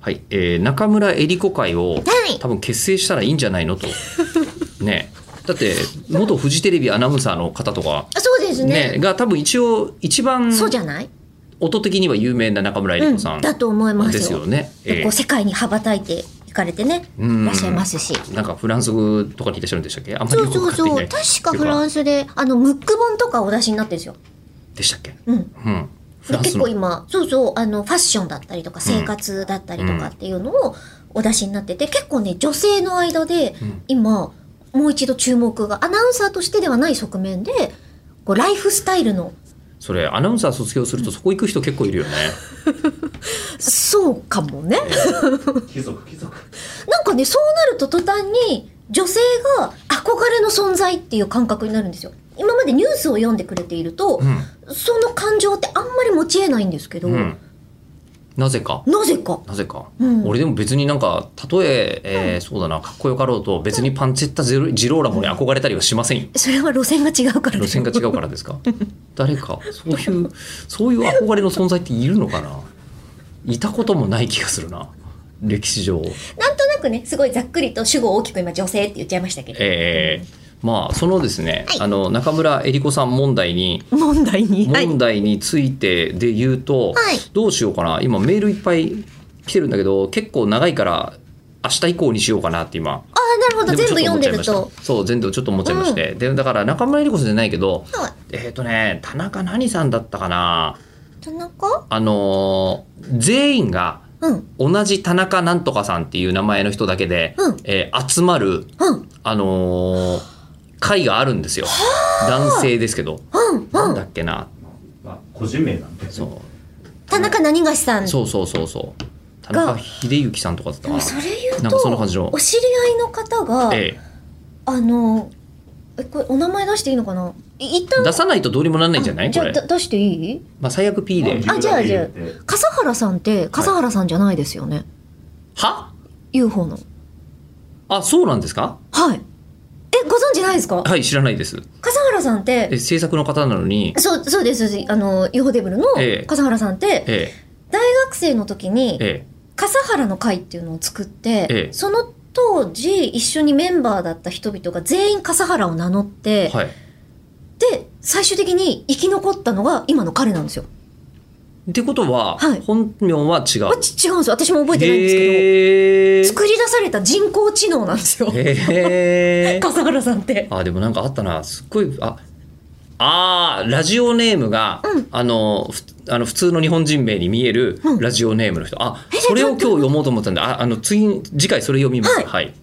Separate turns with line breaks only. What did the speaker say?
はい、えー中村江里子会を
はい
多分結成したらいいんじゃないのと ねだって元フジテレビアナウンサーの方とか、
あそうですね
ねが多分一応一番
そうじゃない、
音的には有名な中村江
う
里
ん、
子さん
だと思いますよ
ですよね。え
こう
ー
世界に羽ばたいていかれてね
うん
いらっしゃいますし
なんかフランス語とかにいらっしゃるんでしたっけあんまり
そ
よ
う
く
そ
わ
う
かってい
そ
な
う
い
確かフランスであのムック本とかお出しになってるんですよ、
でしたっけ
うん、
うん。フ
で
ランス
結
の
構。今そうそうあのファッションだったりとか生活だったりとかっていうのをお出しになってて、結構ね女性の間で
ん
今、もう一度注目がアナウンサーとしてではない側面でこうライフスタイルの
それアナウンサー卒業するとそこ行く人結構いるよね。
そうかもね
貴族貴族。
なんかねそうなると途端に女性が憧れの存在っていう感覚になるんですよ今までニュースを読んでくれていると
う、ん
その感情ってあんまり持ち得ないんですけど、
うん。なぜか。
なぜか
なぜか、
うん
俺でも別になんかたとええーそうだなかっこよかろうと別にパンチェッタジロジローラモに憧れたりはしませんよ
それは路線が違うからだよ
路線が違うからですか誰かそういうそういう憧れの存在っているのかないたこともない気がするな歴史上
なんとなくね、すごいざっくりと主語を大きく今女性って言っちゃいましたけど。
えーまあそのですね、
はい
あの中村江里子さん問題に
問題に。はい。
問題についてで言うと、
はい
どうしようかな今メールいっぱい来てるんだけど結構長いから明日以降にしようかなって今
ああ、なるほど。
でも
全
ちょ
部
っ
読んで
思っ
る
ちゃいま
と
し。たそう全部ちょっと思っちゃいまして、でだから中村江里子さんじゃないけど
はい。
えっ、とね田中何さんだったかな
田中
あのー全員が
うん。
同じ田中なんとかさんっていう名前の人だけで、
うん
えー集まる、
うん。うん。
あのー会があるんですよ男性ですけど、
う
なん
ん。
だっけな
まあ、個人名なんで、
そう
田中何がしさん。
そうそうそうそう田中秀幸さんとかだった
で
か
も
な
それ言う
なんかそんな感じの
と、お知り合いの方が、
え
あの、え、これお名前出していいのかない一
え
旦。
出さないとどうにもなんないんじゃない
じ
こ
ゃあ
れ
だ、出していい
まあ、最悪 P で
ま
あじゃあじゃあ
自分だけ言って
笠原さんって、笠原さんじゃないですよね。
は
UFO の。
あそうなんですか
はい。え、ご存知ないですか
はい知らないです
笠原さんって
え、制作の方なのに
そう、そうです。そうですあの、ユホデブルの
ええ
笠原さんって、
え
大学生の時
え
に
え
笠原の会っていうのを作って、
ええ
その当時一緒にメンバーだった人々が全員笠原を名乗って、
えはい
で最終的に生き残ったのが今の彼なんですよ。
ってことは、
はい
本名は違う
あち違うんですよ私も覚えてないんですけ
へ
ど
ー
作り出された人工知能なんですよ
へえ。
笠原さんって。
あでもなんかあったな。すっごいああーラジオネームが、あのふあの普通の日本人名に見える
うん
ラジオネームの人。あ
え
それを今日読もうと思ったんで、ああの次次回それ読みます。はい。